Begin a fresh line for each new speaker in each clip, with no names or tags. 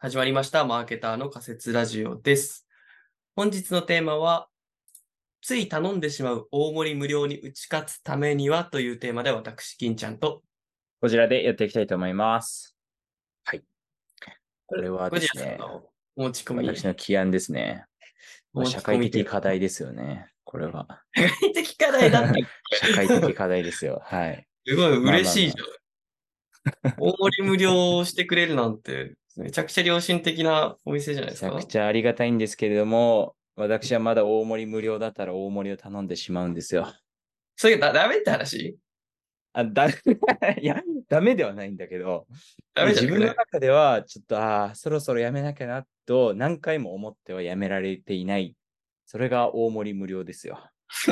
始まりました。マーケターの仮説ラジオです。本日のテーマは、つい頼んでしまう大盛り無料に打ち勝つためにはというテーマで私、金ちゃんと、
こちらでやっていきたいと思います。はい。これは
ゴ
で
ジ
す
ラさん
ね、
のお持ち込み、
私の起案ですね。
お持ち
社
込
会
みとい
的
うか
課題ですよね。これは。
社会的課題だって、
社会的課題ですよ。はい。
すごい嬉しいじゃん。大盛り無料をしてくれるなんて、めちゃくちゃ良心的なお店じゃない
め
です
ちゃ
か
く。ちゃありがたいんですけれども、私はまだ大盛り無料だったら大盛りを頼んでしまうんですよ。
それがダメって話
あ、だ、い や、ダメではないんだけど、
ダメじゃ
自
なく
分
な
の
い
中では、ちょっと、ああ、そろそろやめなきゃなと、何回も思ってはやめられていない。それが大盛り無料ですよ。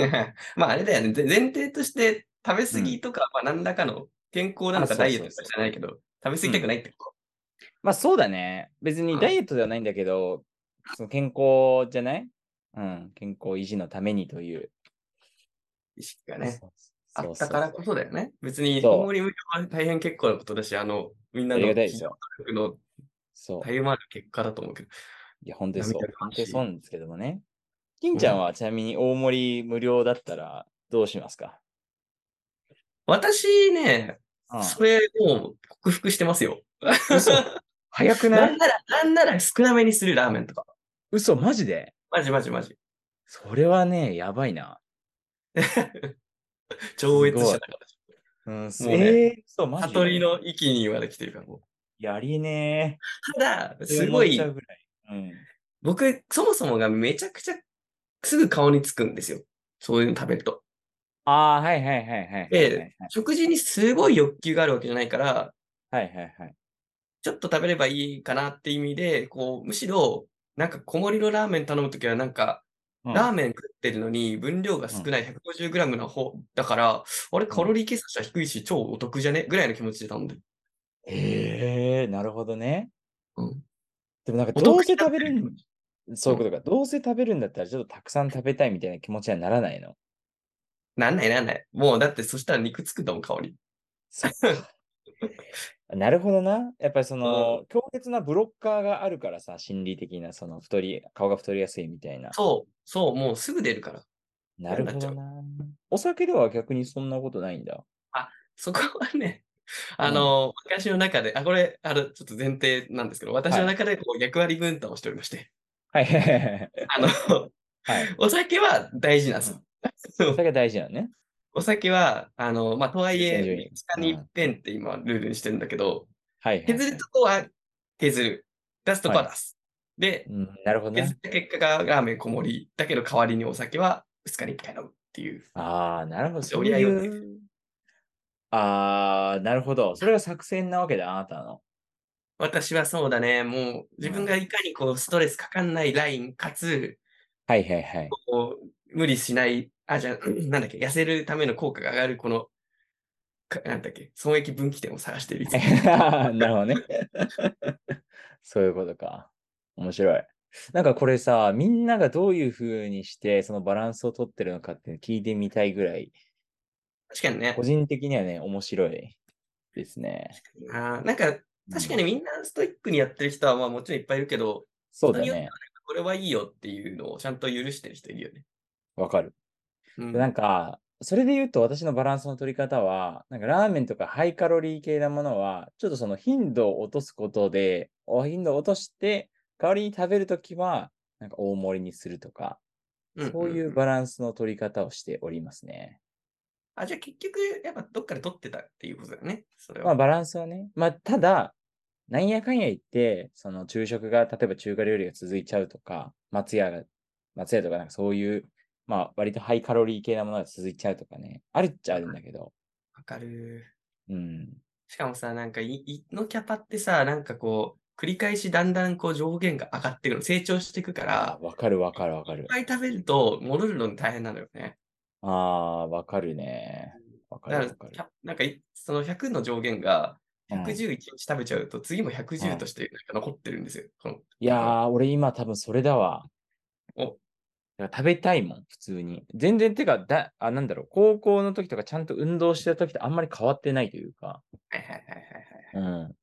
まああれだよね。ぜ前提として食べ過ぎとか、まあ何らかの健康なの
あ
か
そう
ダイエットと
そ
か
う
じ
そう
ゃないけど、食べ過ぎたくないってこ
まあそうだね。別
う
に
ん
ダイエットではないんだけど、その健康じゃないうん、健康維持のためにという。
と、意識がね。
そう
あ
そう
ったからこそだよね。別に、
そう
大盛り無料は大変結構なことだし、あの、みんな
あ
の
りがたい
企
です
業
よ。
努力の
そう
た。ゆまぬ結果だと思うけど。
いや、本当にそう
涙。ぐま
本
しい
当にそうなんですけどもね。金ちゃんはちなみに大盛り無料だったらどうしますか、
私ね、
うん、
それもう克服してますよ。
嘘早く
な
なんい
なら、なんなら少なめにするラーメンとか。
嘘、マジで
マジマジマジ。
それはね、やばいな。
超越したから。
うん、
もうね
えー、嘘、マジ
悟りの域にまで来てるから、もう。
やりね
ただ、
ー。
すごい
それは乗っちゃうぐらいうん、
僕、そもそもがめちゃくちゃすぐ顔につくんですよ。そういうの食べると。
ああー、はいはいはいはいはい。はい
で、食事にすごい欲求があるわけじゃないから、
はいはいはい。
ちょっと食べればいいかなって意味で、こう、むしろ、なんか小盛りのラーメン頼むときは、なんか、
うん
ラーメン食ってるのに分量が少ない 150g の方だから、あれ、カロリー計算したら低いし、超お得じゃねぐらいの気持ちで頼んでる。
へえ、なるほどね。
うん
でもなんか
お得
どうせ
になっ
食
て
べ
る
るん、そういうことか、どうせ食べるんだったらちょっとたくさん食べたいみたいな気持ちにはならないの。
なんないなんない。もう、だってそしたら肉つくんだもん、顔に。
そっかなるほどな。やっぱりその、強烈なブロッカーがあるからさ、心理的な、その太り、顔が太りやすいみたいな。
そう、そう、もうすぐ出るから。
なるほ
なっちゃ
ど
う
な。お酒では逆にそんなことないんだ。
そこは ね、あの、私の中で、あ、これ、あの、ちょっと前提なんですけど、私の中でこう役割分担をしておりまして、
はいはいはいはい
あの、
はい。
お酒は大事なんですよ。
お酒大事なのね。
お酒は、あの、まあ、とはいえ、
大事
2日に一遍って今、ルールにしてるんだけど、
はいはいはい、
削るとこは削る。出すとこは出す。で
う、ん、なるほど
削っ
ね。
た結果がラーメン小盛り、だけど代わりにお酒は2日に1回飲むっていう。
ああ、なるほど。そう
折り合いを
いうああ、なるほど。それが作戦なわけだ、あなたの。
私はそうだね、もう自分がいかにこうストレスかかんないライン、かつ、
はいはいはい。
こう、無理しない、あ、じゃあ、 なんだっけ、痩せるための効果が上がる、この、かなんだっけ、損益分岐点を探してる。いつも
なるほどね。そういうことか。面白い。なんかこれさ、みんながどういうふうにして、そのバランスをとってるのかって聞いてみたいぐらい、
確かにね
個、人的にはね、面白いですね。
あーなんか、確かに
うん
みんなストイックにやってる人は、まあもちろんいっぱいいるけど、
そうだ
人によ
ね。
これはいいよっていうのをちゃんと許してる人いるよね。
わかる。
うん
でなんか、それで言うと私のバランスの取り方は、なんかラーメンとかハイカロリー系なものは、ちょっとその頻度を落とすことで、お頻度を落として、代わりに食べるときは、なんか大盛りにするとか、
ん
そういうんバランスの取り方をしておりますね。
あ、じゃあ結局、やっぱどっかで取ってたっていうことだよね。それ
まあ
は。
バランスはね。まあただ、なんやかんや言って、その昼食が、例えば中華料理が続いちゃうとか、松屋が、松屋とかなんかそういう、まあ割とハイカロリー系なものが続いちゃうとかね。あるっちゃあるんだけど。
わかる。
うん。
しかもさ、なんかい、いのキャパってさ、なんかこう、繰り返しだんだんこう上限が上がってくる、成長していくから
あ、ーわかるわかるわか
い
る
っ。ぱい食べると戻るのに大変なのよね。
ああ、わかるね。わか
だか
る
ら
わかる
キ。ャ、なんかい、その100の上限が
うん
111日食べちゃうと、次も
う
110
ん
としてなんか残ってるんですよ。この
いやー、俺今多分それだわ。
お
だから食べたいもん、普通に。全然、てかだあ、なんだろう、高校の時とかちゃんと運動してた時とあんまり変わってないというか。
はいはいはいはいはい。
うん。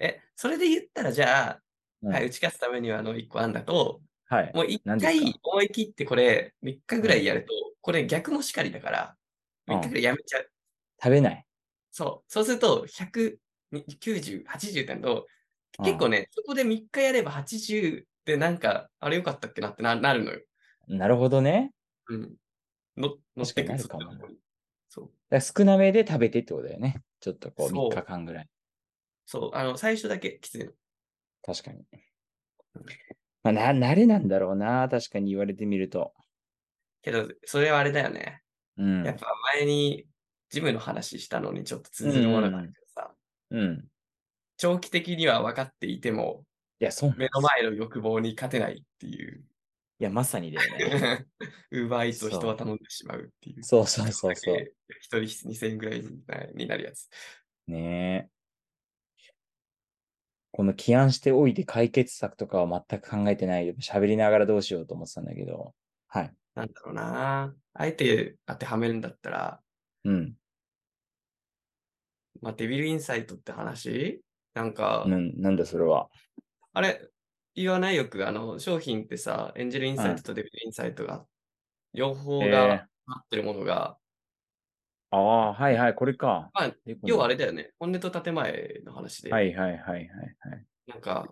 え、それで言ったらじゃあ、
うん
はい、打ち勝つためには、あの、一個あんだと、
はい。
もう一
何ですか
回思い切ってこれ、3日ぐらいやると、これ逆もしかりだから、
うん
3日ぐらいやめちゃう。
食べない。
そう。そうすると、100、90、80点と、
うん
結構ね、そこで3日やれば80でなんか、あれよかったっけなってななるのよ。
なるほどね。
うん。の乗ってくる。
確かにな
そっち
るか
の方にそう。
だから少なめで食べてってことだよね。ちょっとこう
そう
3日間ぐらい。
そう。あの、最初だけきついの。
確かに。まあ、な、慣れなんだろうな。確かに言われてみると。
けど、それはあれだよね。
うん
や。っぱ前に、ジムの話したのにちょっと通ずるものがあるけどさ、
うん。
長期的には分かっていても、
いや、そうなんで
目
す
の前の欲望に勝てないっていう、
いや、まさにだよね。
ウーバーイーツを
そう
人は頼んでしまうっていう。
そうそうそうそう。
一人2000円ぐらいになになるやつ。
ねえ。この起案しておいて解決策とかは全く考えてない。やっぱ喋りながらどうしようと思ってたんだけど。はい。
なんだろうな。あえて当てはめるんだったら、
うん。
まあ、デビルインサイトって話なんか、
なんなんだそれは。
あれ、言わないよく、あの、商品ってさ、エンジェルインサイトとデビルインサイトが、両方
え
が
ー
合ってるものが、
ああ、はいはい、これか。
まあ、
でこの
要はあれだよね、本音と建前の話で、
はいはいはいはい
なんか、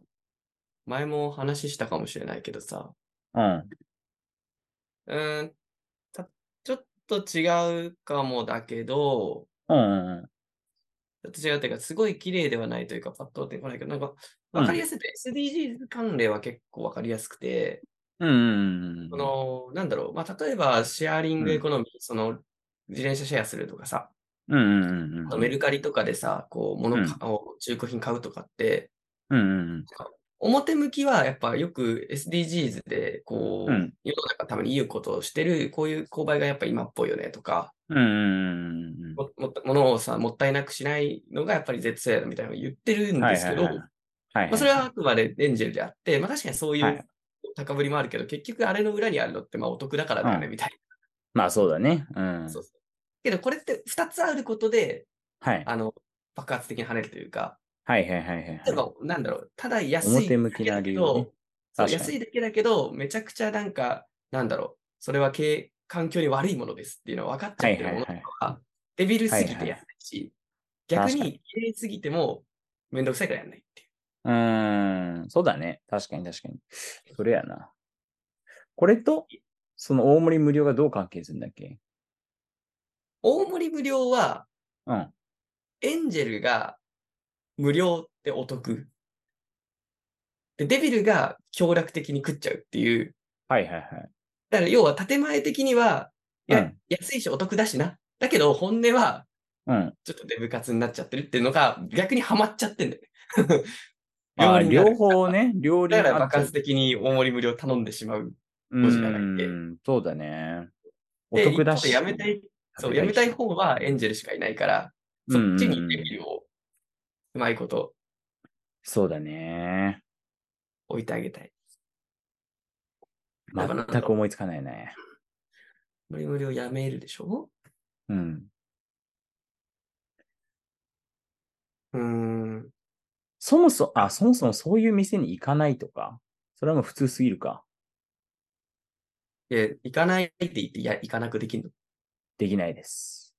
前も話したかもしれないけどさ、
はい。
うーん、たちょっと違うかもだけど、
うん。うんうんうん。
ちょっと違うというか、すごい綺麗ではないというか、パッと出てこないけど、なんか、わかりやすいと、SDGs 関連は結構わかりやすくて、
うんうんうんうん。
その、なんだろう、まあ、例えば、シェアリングエコノミー、その、自転車シェアするとかさ、
うんうんうんうん。
あとメルカリとかでさ、こう、物か、を中古品買うとかって、
うんうん
表向きはやっぱよく SDGs で、こ
う
う、
ん。うん
世の中のためにいいことをしてる、こういう購買がやっぱ今っぽいよねとか、
うんうんうん
ももった物をさ、もったいなくしないのがやっぱり Z 世代だみたいなのを言ってる
うんん。
ですけど、
はいはいはいはい。
まあ、それはあくまでエンジェルであって、まあ、確かにそうい
はいう
高ぶりもあるけど、結局あれの裏にあるのってまあお得だからだよね
うん
みたい
まあそうだね。うん
な。。そうそうけどこれって2つあることで
はい。
あの爆発的に跳ねるというか、
はいはいはいはい
例え
はい。
ばなんだろう、ただ安い
表向きな理由ね
だけどそう
確かに
安いだけだけど、めちゃくちゃなんか、なんだろう、それは経環境に悪いものですっていうのは分かっちゃってるものとか、
はい
デビルすぎ
はいは
て
い
安いし、
確かに
逆に綺麗すぎてもめんどくさいからやんないっていう
ーん。そうだね。確かに確かに。それやな。これと、その大盛り無料がどう関係するんだっけ
う。大盛り無料は
うん。
エンジェルが無料ってお得。で、デビルが強力的に食っちゃうっていう。
はいはいはい。
だから要は建前的には、いや、
うん
安いしお得だしな。だけど本音は
うん。
ちょっとデブ活になっちゃってるっていうのが逆にハマっちゃってんだよね。
ま あ
両輪になる
両 方ね、両輪
だから
あっち
爆
ゃ
発的に大盛り無料頼んでしまう。
う
文字がないって
ーん。そうだね。お
で
得だし。
一方でやめたい、そう、やめたい方はエンジェルしかいないから、そっちにデビルをうまいこと
そうだね。
置いてあげたい。だからなんだ
全く
ろう
思いつかないね。
無料無料やめるでしょ
うん。
うーん。
そもそも、あ、そもそもそういう店に行かないとか。それはもう普通すぎるか。
え、行かないって言って、いや、行かなくできるの。だか
できないです。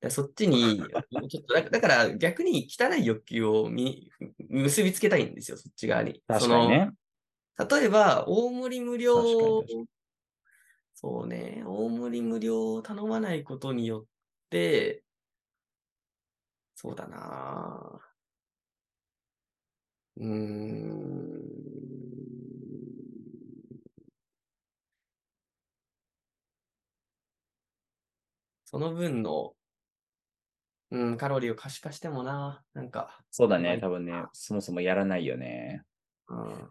らそっち に、ちょっとだだから逆に汚い欲求をみ結びつけたいんですよ、そっち側に。
確かにね。
その例えば、大盛り無
確かに
料
確か、
そうね、大盛り無料を頼まないことによって、そうだなぁうーん。その分の、うん、カロリーを可視化してもな、なんか、
そうだ
は
ね。
い
多分ね、そもそもやらないよね。
うん、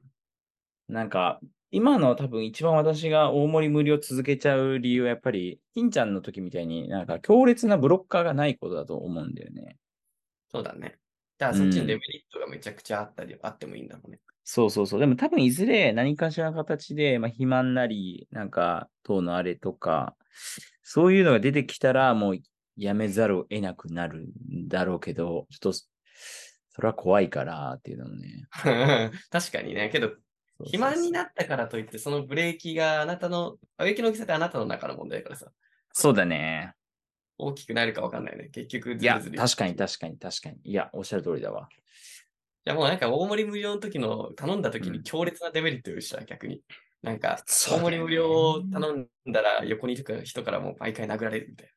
なんか、今の多分一番私が大盛り無料続けちゃう理由はやっぱり、金ちゃんの時みたいになんか強烈なブロッカーがないことだと思うんだよね。
そうだね。だからそっち
う
に
ん
デメリットがめちゃくちゃあったり、あってもいいんだもんね。
そうそうそう。でも多分いずれ何かしらの形で、まあ、肥満なり、なんか、糖のあれとか、そういうのが出てきたらもうやめざるを得なくなるんだろうけど、ちょっと、それは怖いからっていうのもね。
確かにね。けど、
そうそうそう
暇になったからといって、そのブレーキがあなたの、ブレーキの大きさってあなたの中の問題だからさ、
そうだね。
大きくなるかわかんないね。結局、
い
ず
や、
るずる。
確かに確かに確かに。いや、おっしゃる通りだわ。
いやもうなんか大盛り無料の時の頼んだ時
う
に
ん
強烈なデメリットでした、逆に。なんか、
そ
大
う
盛
だよね
り無料を頼んだら横にいる人からもう毎回殴られるみたい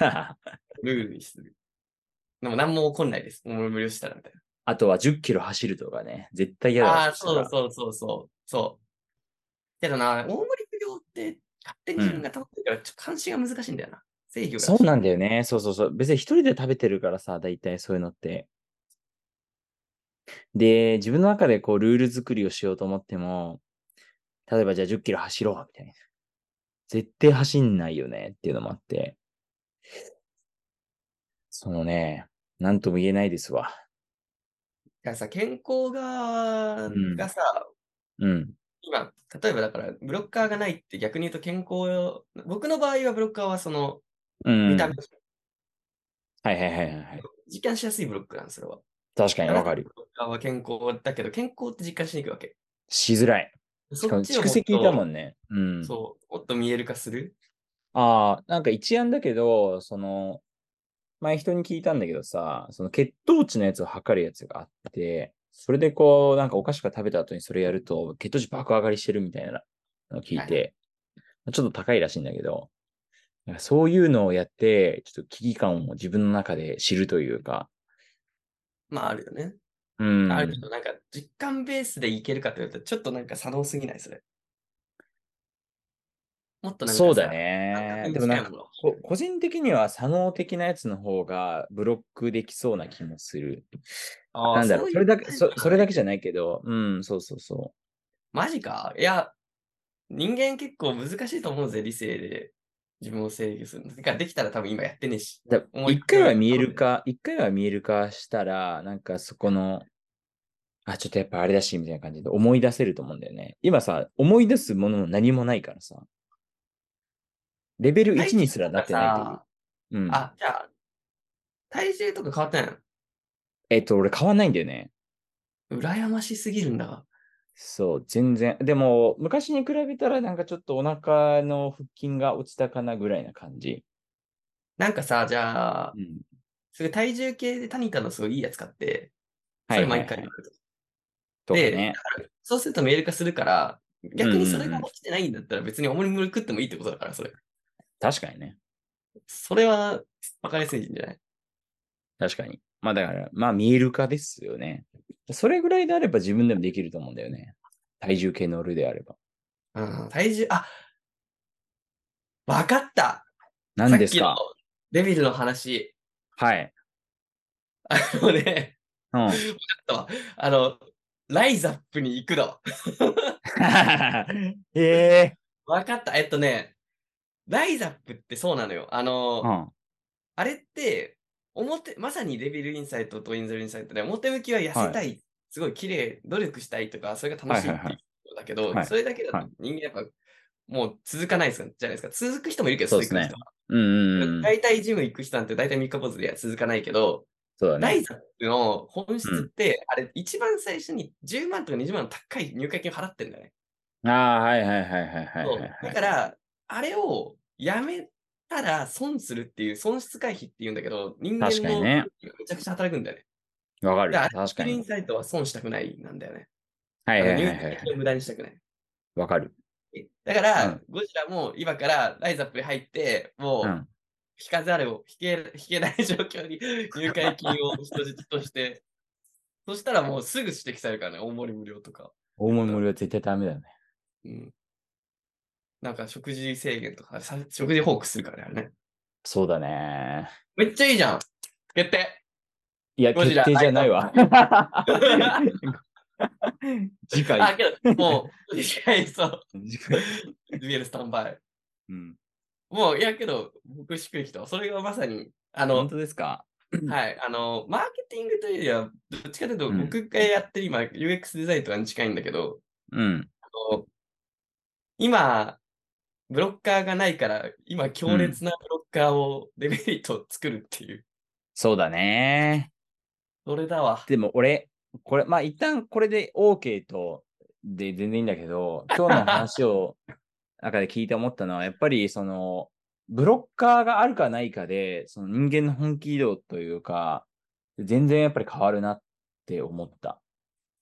な。ルールにする。でも何も起こんないです。大盛り無料したらみたい
あとは10キロ走るとかね。絶対嫌だ
な。
わ
ああー、
した
そ
ら
うそうそうそう。そう。けどな、大盛り無料って勝手に自分が頼んでるから、ちょっと監視が難しいんだよな。制御が。
そうなんだよね。そうそうそう。別に一人で食べてるからさ、大体そういうのって。で、自分の中でこう、ルール作りをしようと思っても、例えばじゃあ10キロ走ろう、みたいな。絶対走んないよねっていうのもあって。そのね、なんとも言えないですわ。
だからさ、健康が、
うん
がさ、
うん。
今、例えばだから、ブロッカーがないって逆に言うと健康、僕の場合はブロッカーはその、
うん。
見た目、
はいはいはいはいはい。
実感しやすいブロックなんです、それは。
確かにわかる
ブ。ロッカーは健康だけど、健康って実感しにくいわけ。
しづらい。しか
そ
も
っちを
蓄積だも
ね。
んね。うん。
そう、もっと見える化する。
ああ、なんか一案だけど、その、前人に聞いたんだけどさ、その血糖値のやつを測るやつがあって、それでこう、なんかお菓子が食べた後にそれやると、血糖値爆上がりしてるみたいなのを聞い
はいは
て、ちょっと高いらしいんだけど、なんかそういうのをやって、ちょっと危機感を自分の中で知るというか、
まあ、あるよね。
うん。
あるけど、なんか、実感ベースでいけるかというと、ちょっとなんか、作動すぎない、それ。もっとなんかさ、
そうだ
感覚
ね。
に
で
近
もないん
も
か、
のを
こ個人的には、左脳的なやつの方がブロックできそうな気もする。
あー
なんだろう、それだけ、そそれだ
け。
けじゃないけど、うん、そうそうそ
マジかいや、人間結構難しいと思うぜ、理性で。自分を制御するの。てか、できたら多分今やってねえし。
う。だ
思いっ
一
きり
回は見えるか、一回は見えるかしたら、なんかそこの、あ、ちょっとやっぱあれだし、みたいな感じで思い出せると思うんだよね。今さ、思い出すものも何もないからさ。レベル1にすらなってないという。うん。
あ、じゃあ、体重とか変わってない
えっと、俺変わんないんだよね。
の羨ましすぎるんだが。
そう、全然。でも、昔に比べたら、なんかちょっとお腹の腹筋が落ちたかなぐらいな感じ。
なんかさ、じゃあ、
うん。
すごい体重計でタニタのすごいいいやつ買って、そ
はい
れ
はい
毎回
はい
やると
とか
で
ね。
そうするとメール化するから、逆にそれ
うんうんう
が
ん
落ちてないんだったら別におもりもり食ってもいいってことだから、それ。
確かにね。
それは、わかりやすいんじゃない
確かに。まあだから、まあ見える化ですよね。それぐらいであれば自分でもできると思うんだよね。体重計乗るであれば。
うん、体重、あわかった
何です
さっき
か
のデビルの話。
はい。
あのね、
うん。
あの、ライザップに行くの。
え え
わかった。えっとね、ライザップってそうなのよ。あの、
うん。
あれって、表、まさにレビルインサイトとインゼルインサイトで、表向きは痩せたい、すごい綺麗、努力したいとか、それが楽しい
は
っ
いは
て
いはい
いうことだけど、
はい
それだけだ
は
と人間やっぱ、もう続かないですじゃないですか。続く人もいるけど、
そうで
続
す
く
ね
人は。
うんうんうん。
大体ジム行く人なんて大体3日坊主で続かないけど、
そうだ
ライ
ね。
ザップの本質って、あれ、一番最初に10万とか20万の高い入会金を払ってんだよね。
ああ、はいはいはいはいはいはい
そ
は
う
い。
だから、あれをやめたら損するっていう、損失回避っていうんだけど、人間の
確かにね
めちゃくちゃ働くんだよね。
わかる。
だから
確か
イン
に。
サイトは損したくないなんだよね。
はいはいはいは
あの入
い
会。金を無駄にしたくない。
わかる。
だから、
うん
ゴジラも今からライザップに入って、もう、
うん。
引かざるを引け引けない状況 に入会金を人質として、そしたらもうすぐ指摘されるからね、大盛り無料とか。
大盛り盛りは絶対ダメだよね。
うん、なんか食事制限とかさ、食事報告するからねあれね。
そうだね。
めっちゃいいじゃん決定
いや、
ゴジ
決
ラ
定じゃないわ。 次
あ、
回。
けど、もう、 次回そう、
次回。
デュエルスタンバイ。
うん。
もう、いやけど、僕しっくりきたわ。それがまさに、あの
本、当ですか
はい、あの、マーケティングというよりは、どっちかというと、
うん
僕がやってる今、UX デザインとかに近いんだけど、
うん。
あの今、ブロッカーがないから、今、強烈なブロッカーを、デメリットを作るっていう。
そうだね。
それだわ。
でも俺、これ、まあ一旦これで OK と、で全然いいんだけど、今日の話を中で聞いて思ったのは、やっぱりその、ブロッカーがあるかないかで、その人間の本気度というか、全然やっぱり変わるなって思った。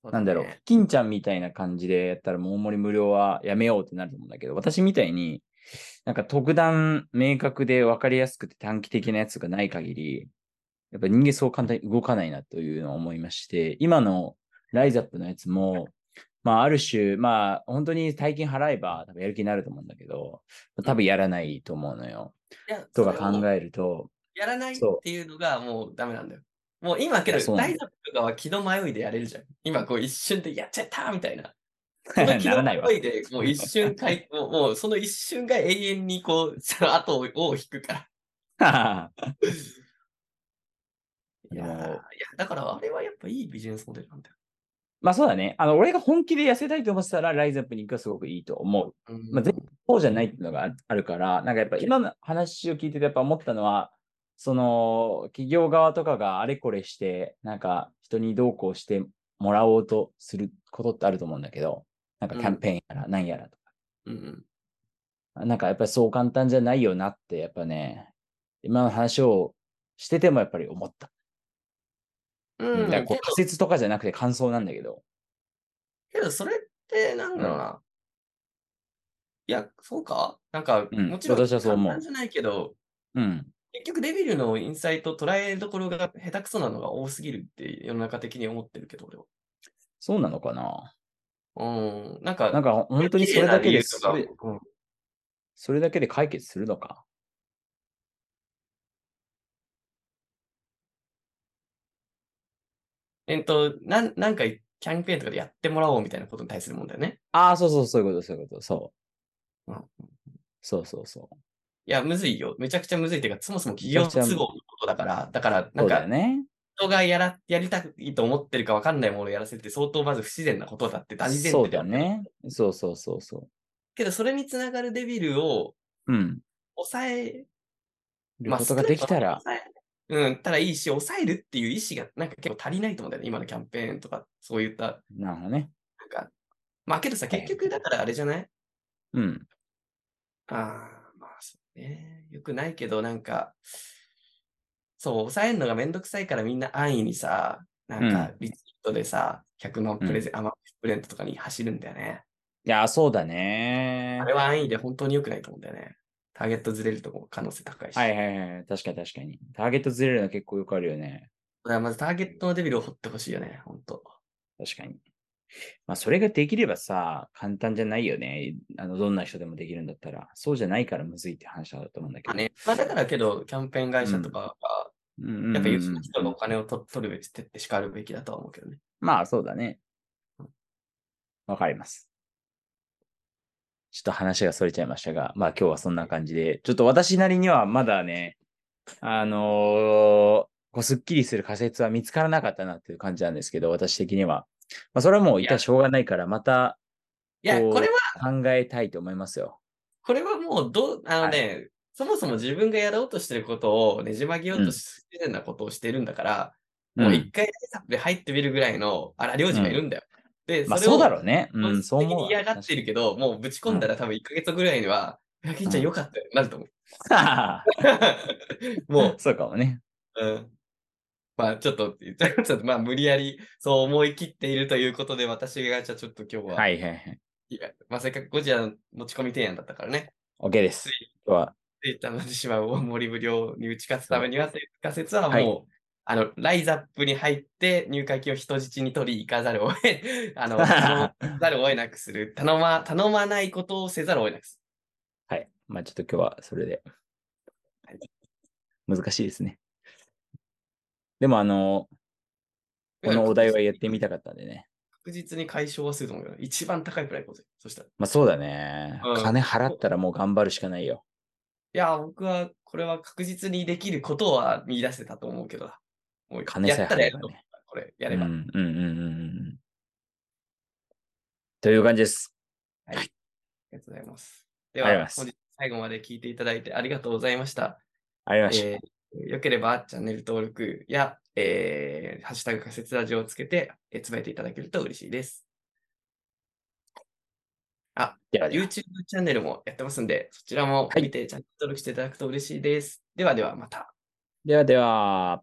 なんだろう、金ちゃんみたいな感じでやったら、もう大盛り無料はやめようってなると思うんだけど、私みたいに、なんか特段明確で分かりやすくて短期的なやつがない限り、やっぱ人間そう簡単に動かないなというのを思いまして、今のライズアップのやつも、まあある種、まあ本当に大金払えば多分やる気になると思うんだけど、多分やらないと思うのよ。
いや
とか考
それを
えると、
やらないっ
そう
ていうのがもうダメなんだよ。もう今け
いやそ
ど、
うな
大
ん
イザップとかは気の迷いでやれるじゃん。今こう一瞬でやっちゃったみたいな。
ならないわ
その。気の迷いでもう一瞬かい もう、もうその一瞬が永遠にこう、その後を引くから。いやー、い
でも
やだからあれはやっぱいいビジネスモデルなんだよ。
まあそうだね。あの、俺が本気で痩せたいと思ってたら、ライズアップに行くはすごくいいと思う。
う
まあ
ん
全そうじゃないっていうのがああるから、なんかやっぱ今の話を聞いててやっぱ思ったのは、その、企業側とかがあれこれして、なんか人にどうこうしてもらおうとすることってあると思うんだけど、なんかキャンペーンやら何やらと
うんうん
か、なんかやっぱりそう簡単じゃないよなって、やっぱね、今の話をしててもやっぱり思った。
う
だ
ん、
からこ
け
う
ど
仮説とかじゃなくて感想なんだけど。
けど、それって、なんだろうな。いや、そうかなんか、
うん
もちろん、
私はそう思う
簡単じゃないけど、
うん。
結局デビルのインサイト捉えどころが下手くそなのが多すぎるって世の中的に思ってるけど、俺は。
そうなのかな
うん、なんか、
なんか 本当にそれだけ
綺麗な理
で
由とか
それ
うん
それだけで解決するのか。
えっと、なんなんかキャンペーンとかでやってもらおうみたいなことに対するもんだよね。
ああ、そうそう、そういうこと、そういうこと、そう。
うん
そうそうそう。
いや、むずいよ。めちゃくちゃむずいっていうか、そもそも企業
めちゃくち
都
ゃ
合のことだから、だから、な
そ
ん
うだ
か
よ、ね。
人がやらやりたいと思ってるか分かんないものをやらせるって相当まず不自然なことだって大前提
そうだ
よ
よ。ね。そうそうそうそ
けど、それにつながるデビルを
う。うん。
抑え、
ることができたら、
少なくとも抑えうん、たらいいし、抑えるっていう意思がなんか結構足りないと思うんだよね。今のキャンペーンとか、そういった、
なるほどね。
なんか。まあ、けどさ、
はい
結局だからあれじゃない
うん。
ああ、まあそうね。よくないけど、なんか、そう、抑えるのがめんどくさいからみんな安易にさ、なんかリツイートでさ、100万プレゼン、あまプレゼントとかに走るんだよね。
いやー、そうだね
あ。れは安易で本当に良くないと思うんだよね。ターゲットずれるとも可能性高いし。
はいはいはい。確かに確かに。ターゲットずれるの結構よくあるよね。
だからまずターゲットのデビルを掘ってほしいよね、本当。
確かに。まあ、それができればさ、簡単じゃないよね。あの、どんな人でもできるんだったら。そうじゃないからむずいって話だと思うんだけ
ま
ど。
あね、まあだからけど、キャンペーン会社とかが、
うんうんうん
やっぱ有識の人がお金をと取るべきってって叱るべきだとは思うけどね。
まあ、そうだね。わかります。ちょっと話がそれちゃいましたが、まあ今日はそんな感じで、ちょっと私なりにはまだね、あのーこうすっきりする仮説は見つからなかったなっていう感じなんですけど、私的には。まあそれはもうい
い
た
や
しょうがないから、また
いや、
こう
これは、
考えたいと思いますよ。
これはもうどう、あのね、そもそも自分がやろうとしてることをねじ曲げようとしてるようなことをしてるんだから、もう
うん
一回サップで入ってみるぐらいの荒領事がいるんだよ。で、
まあ
それ
そ
を
うだろうね。うん、
本
そう
質的
思う
に
わ。
嫌がってるけど、もうぶち込んだら多分1ヶ月ぐらいには、いや、金ちゃん
うん
よかったよ、なると思う。
確かに
も
そうかもね。
う、うん。まあちょっと、ちょっとまあ無理やりそう思い切っているということで、私がじゃあちょっと今日は、、
はいいはいはい。
やまあせっかくゴジラの持ち込み提案だったからね、
OK です。今日は
ついたのでしまう大森無料に打ち勝つためにはという仮説はもう、
はい
あの、ライザップに入って入会金を人質に取り行かざるを得、 あ の、頼まざるを得なくする。頼ま、頼まないことをせざるを得なくす
はい。まあちょっと今日はそれで
はい。
難しいですね。でもあの、
る。
このお題はやって
み
みたかったんでね。
確実に解消はすると思うよ。一番高いプライコーそしたら。い
まあそうだね。
うん
金払ったらもう頑張るしかないよ。
や、僕は、これは確実にできることは見出せたと思うけどな。もう
金
や
さえ
った
払
らや
え
る
ば
と思
ね。
うこれ、やれば。
うんうんうんうんうん。という感じです。
ありがとうございます。で
あ
は、
りがとうござ
本
います
日最後まで聞いていただいてありがとうございました。
ありがとうございました。
えーよければチャンネル登録やえーハッシュタグ仮説ラジオをつけて、えーつぶやいていただけると嬉しいです。
ではでは
YouTube チャンネルもやってますんで、そちらも見て、チャンネル登録していただくと嬉しいです。ではではまた。
ではでは。